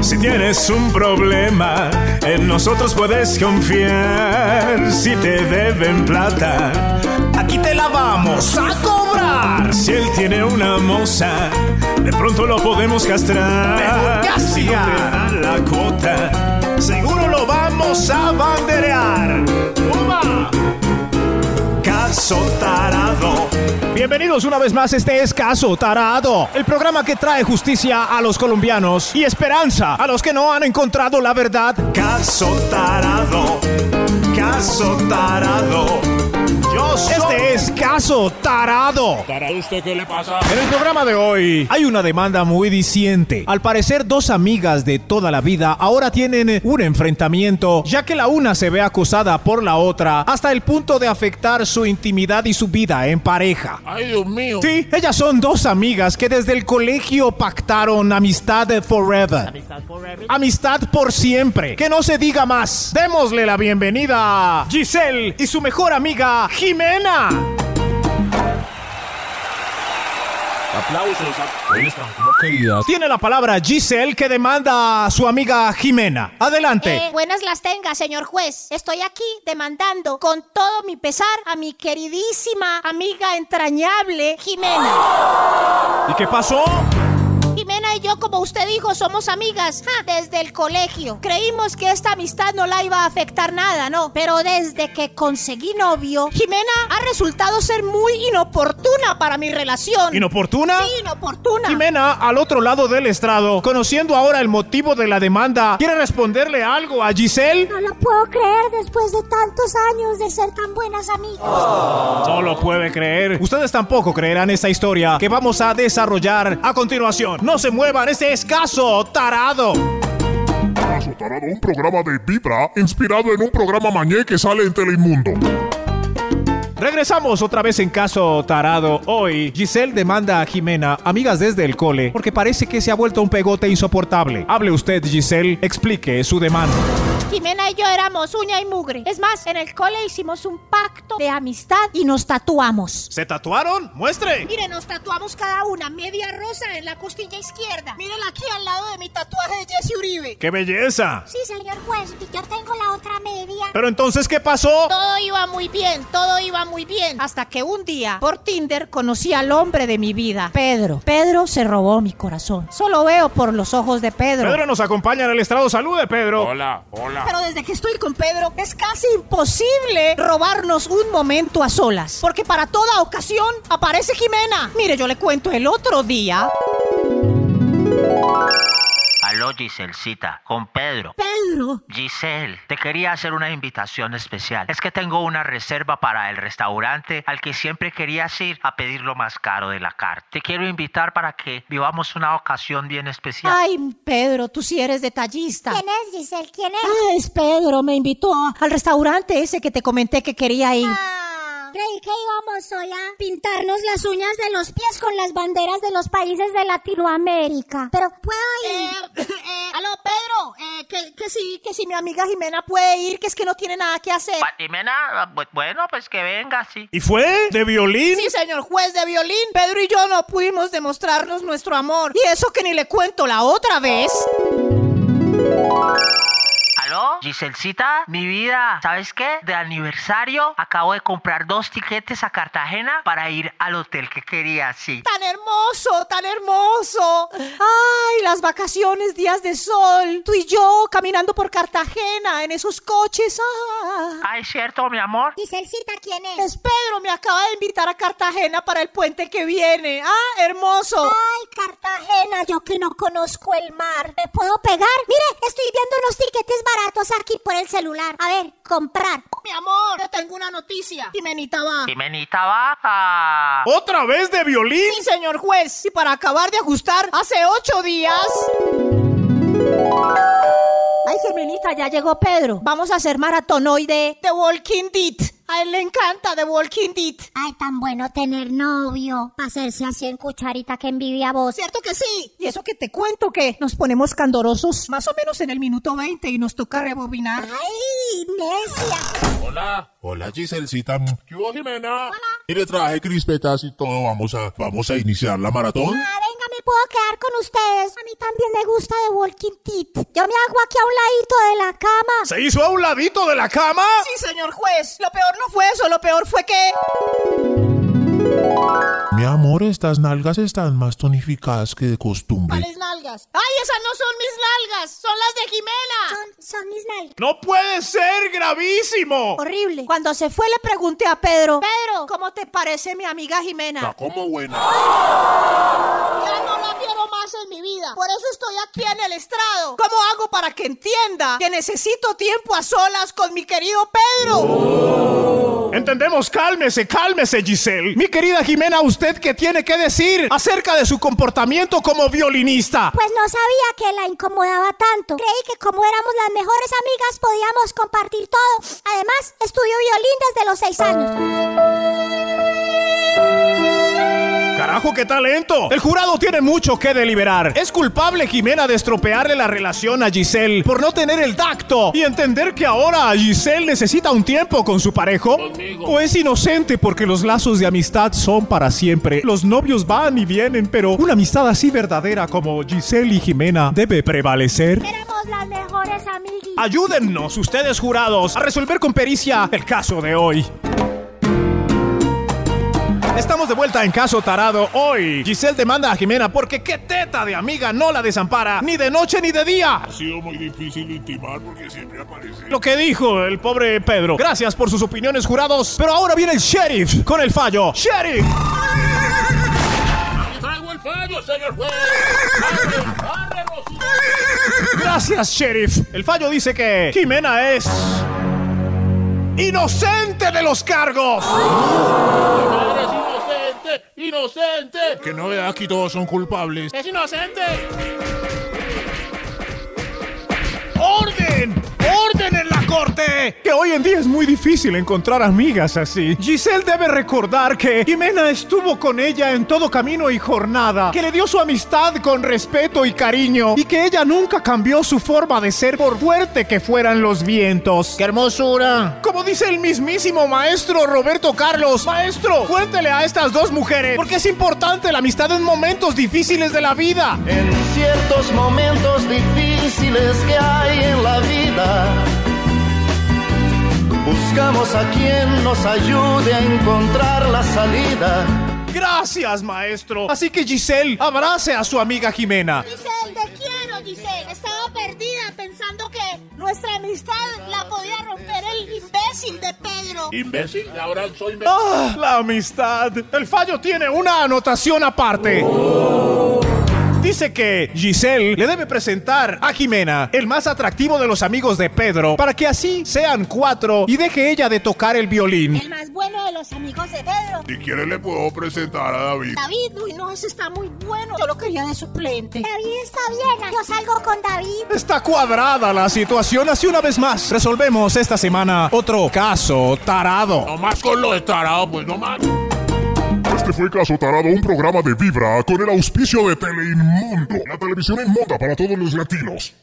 Si tienes un problema, en nosotros puedes confiar. Si te deben plata, aquí te la vamos a cobrar. Si él tiene una moza, de pronto lo podemos castrar. Mejor Si no te da la cuota, Seguro lo vamos a banderear. ¡Toma! caso tarado. Bienvenidos una vez más, este es Caso Tarado, el programa que trae justicia a los colombianos y esperanza a los que no han encontrado la verdad. Caso tarado, caso tarado. Yo soy. Este es Caso Tarado. ¿Tarado usted qué le pasa? En el programa de hoy hay una demanda muy diciente. Al parecer, dos amigas de toda la vida ahora tienen un enfrentamiento, ya que la una se ve acusada por la otra hasta el punto de afectar su intimidad y su vida en pareja. Ay, Dios mío. Sí, ellas son dos amigas que desde el colegio pactaron amistad forever. Amistad por siempre. Que no se diga más. Démosle la bienvenida a Giselle y su mejor amiga Jimena. Aplausos. queridas. Tiene la palabra Giselle que demanda a su amiga Jimena. Adelante. Eh, buenas las tenga, señor juez. Estoy aquí demandando con todo mi pesar a mi queridísima amiga entrañable, Jimena. ¿Y qué pasó? Jimena y yo, como usted dijo, somos amigas ¡ja! desde el colegio. Creímos que esta amistad no la iba a afectar nada, ¿no? Pero desde que conseguí novio, Jimena ha resultado ser muy inoportuna para mi relación. ¿Inoportuna? Sí, inoportuna. Jimena, al otro lado del estrado, conociendo ahora el motivo de la demanda, ¿quiere responderle algo a Giselle? No lo puedo creer después de tantos años de ser tan buenas amigas. No lo puede creer. Ustedes tampoco creerán esta historia que vamos a desarrollar a continuación. No se muevan, este escaso tarado. Caso Tarado, un programa de Vibra inspirado en un programa mañé que sale en Telemundo. Regresamos otra vez en caso tarado. Hoy, Giselle demanda a Jimena, amigas desde el cole, porque parece que se ha vuelto un pegote insoportable. Hable usted, Giselle, explique su demanda. Jimena y yo éramos uña y mugre. Es más, en el cole hicimos un pacto de amistad y nos tatuamos. ¿Se tatuaron? ¡Muestre! Mire, nos tatuamos cada una media rosa en la costilla izquierda. Mírala aquí al lado de mi tatuaje de Jesse Uribe. ¡Qué belleza! Sí, señor juez, y yo tengo la otra media. Pero entonces, ¿qué pasó? Todo iba muy bien, todo iba muy bien. Hasta que un día, por Tinder, conocí al hombre de mi vida, Pedro. Pedro se robó mi corazón. Solo veo por los ojos de Pedro. Pedro nos acompaña en el estrado. Salude, Pedro. Hola, hola. Pero desde que estoy con Pedro es casi imposible robarnos un momento a solas. Porque para toda ocasión aparece Jimena. Mire, yo le cuento el otro día. Aló Giselcita, con Pedro. Pedro. Giselle, te quería hacer una invitación especial. Es que tengo una reserva para el restaurante al que siempre querías ir a pedir lo más caro de la carta. Te quiero invitar para que vivamos una ocasión bien especial. Ay, Pedro, tú sí eres detallista. ¿Quién es, Giselle? ¿Quién es? Ah, es Pedro, me invitó a- al restaurante ese que te comenté que quería ir. Ah, Creí que íbamos sola a pintarnos las uñas de los pies con las banderas de los países de Latinoamérica. Pero puedo ir. Eh, aló, Pedro, eh, que, sí, que sí, mi amiga Jimena puede ir, que es que no tiene nada que hacer. Fatimena, ah, bu- bueno, pues que venga, sí. ¿Y fue? ¿De violín? Sí, señor juez de violín, Pedro y yo no pudimos demostrarnos nuestro amor. Y eso que ni le cuento la otra vez. Aló Giselcita, mi vida, ¿sabes qué? De aniversario acabo de comprar dos tiquetes a Cartagena para ir al hotel que quería, sí. Tan hermoso, tan hermoso. Ay, las vacaciones, días de sol. Tú y yo caminando por Cartagena en esos coches. Ah. Ay, cierto, mi amor. Giselcita, ¿quién es? Es Pedro, me acaba de invitar a Cartagena para el puente que viene. ¡Ah, hermoso! Ay, Cartagena, yo que no conozco el mar. ¿Me puedo pegar? Mire, estoy viendo unos tiquetes baratos aquí por el celular. A ver, comprar. Mi amor, te tengo una noticia. Jimenita va. Jimenita va a... ¿Otra vez de violín? Sí, señor juez. Y para acabar de ajustar, hace ocho días. Ay, Jimenita, ya llegó Pedro. Vamos a hacer maratón hoy de The Walking Dead. A él le encanta The Walking Dead. Ay, Ah, tan bueno tener novio. Pa' hacerse así en cucharita que envidia vos. ¿Cierto que sí? Y eso que te cuento que nos ponemos candorosos más o menos en el minuto 20 y nos toca rebobinar. Ay, necia. Hola. Hola Giselcita. ¿Qué hubo, Jimena? Mire, traje crispetas y todo. Vamos a, vamos a iniciar la maratón. Ah, venga, me puedo quedar con ustedes. A mí también me gusta The Walking Dead. Yo me hago aquí a un ladito de la cama. ¿Se hizo a un ladito de la cama? Sí, señor juez. Lo peor no fue eso, lo peor fue que... Mi amor, estas nalgas están más tonificadas que de costumbre. ¿Cuáles nalgas? ¡Ay, esas no son mis nalgas! ¡Son las de Jimena! Son, son mis nalgas. ¡No puede ser gravísimo! Horrible. Cuando se fue le pregunté a Pedro, Pedro, ¿cómo te parece mi amiga Jimena? La como buena. Ya no la quiero más en mi vida. Por eso estoy aquí en el estrado. ¿Cómo hago para que entienda que necesito tiempo a solas con mi querido Pedro? Entendemos, cálmese, cálmese, Giselle. Mi querida Jimena, ¿usted qué tiene que decir acerca de su comportamiento como violinista? Pues no sabía que la incomodaba tanto. Creí que como éramos las mejores amigas podíamos compartir todo. Además, estudio violín desde los seis años. Carajo, qué talento. El jurado tiene mucho que deliberar. Es culpable Jimena de estropearle la relación a Giselle por no tener el tacto y entender que ahora Giselle necesita un tiempo con su parejo. O es inocente porque los lazos de amistad son para siempre. Los novios van y vienen, pero una amistad así verdadera como Giselle y Jimena debe prevalecer. Éramos las mejores amiguis. Ayúdennos, ustedes jurados, a resolver con pericia el caso de hoy. Estamos de vuelta en caso tarado hoy. Giselle demanda a Jimena porque qué teta de amiga no la desampara, ni de noche ni de día. Ha sido muy difícil intimar porque siempre aparece. Lo que dijo el pobre Pedro. Gracias por sus opiniones, jurados. Pero ahora viene el sheriff con el fallo. ¡Sheriff! ¡Traigo el fallo, señor juez! ¡Arre, arre, Rosita! Gracias, sheriff. El fallo dice que Jimena es. ¡Inocente de los cargos! ¡Eres inocente! ¡Inocente! Que no vea aquí todos son culpables. ¡Es inocente! ¡Orden! ¡Orden en la corte! Que hoy en día es muy difícil encontrar amigas así. Giselle debe recordar que Jimena estuvo con ella en todo camino y jornada, que le dio su amistad con respeto y cariño, y que ella nunca cambió su forma de ser por fuerte que fueran los vientos. ¡Qué hermosura! Como dice el mismísimo maestro Roberto Carlos, maestro, cuéntele a estas dos mujeres, porque es importante la amistad en momentos difíciles de la vida. En ciertos momentos difíciles que hay en la vida, buscamos a quien nos ayude a encontrar la salida. Gracias, maestro. Así que Giselle, abrace a su amiga Jimena. Giselle, te quiero, Giselle. Estaba perdida pensando que nuestra amistad la podía romper el imbécil de Pedro. ¡Imbécil! Ahora soy imbécil. Ah, la amistad. El fallo tiene una anotación aparte. Dice que Giselle le debe presentar a Jimena, el más atractivo de los amigos de Pedro, para que así sean cuatro y deje ella de tocar el violín. El más bueno de los amigos de Pedro. Si quiere le puedo presentar a David. David, uy, no, ese está muy bueno. Yo lo quería de suplente. David está bien. Yo salgo con David. Está cuadrada la situación, así una vez más resolvemos esta semana otro caso tarado. No más con lo de tarado, pues no más. Este fue Caso Tarado, un programa de Vibra con el auspicio de Teleinmundo, la televisión inmunda para todos los latinos.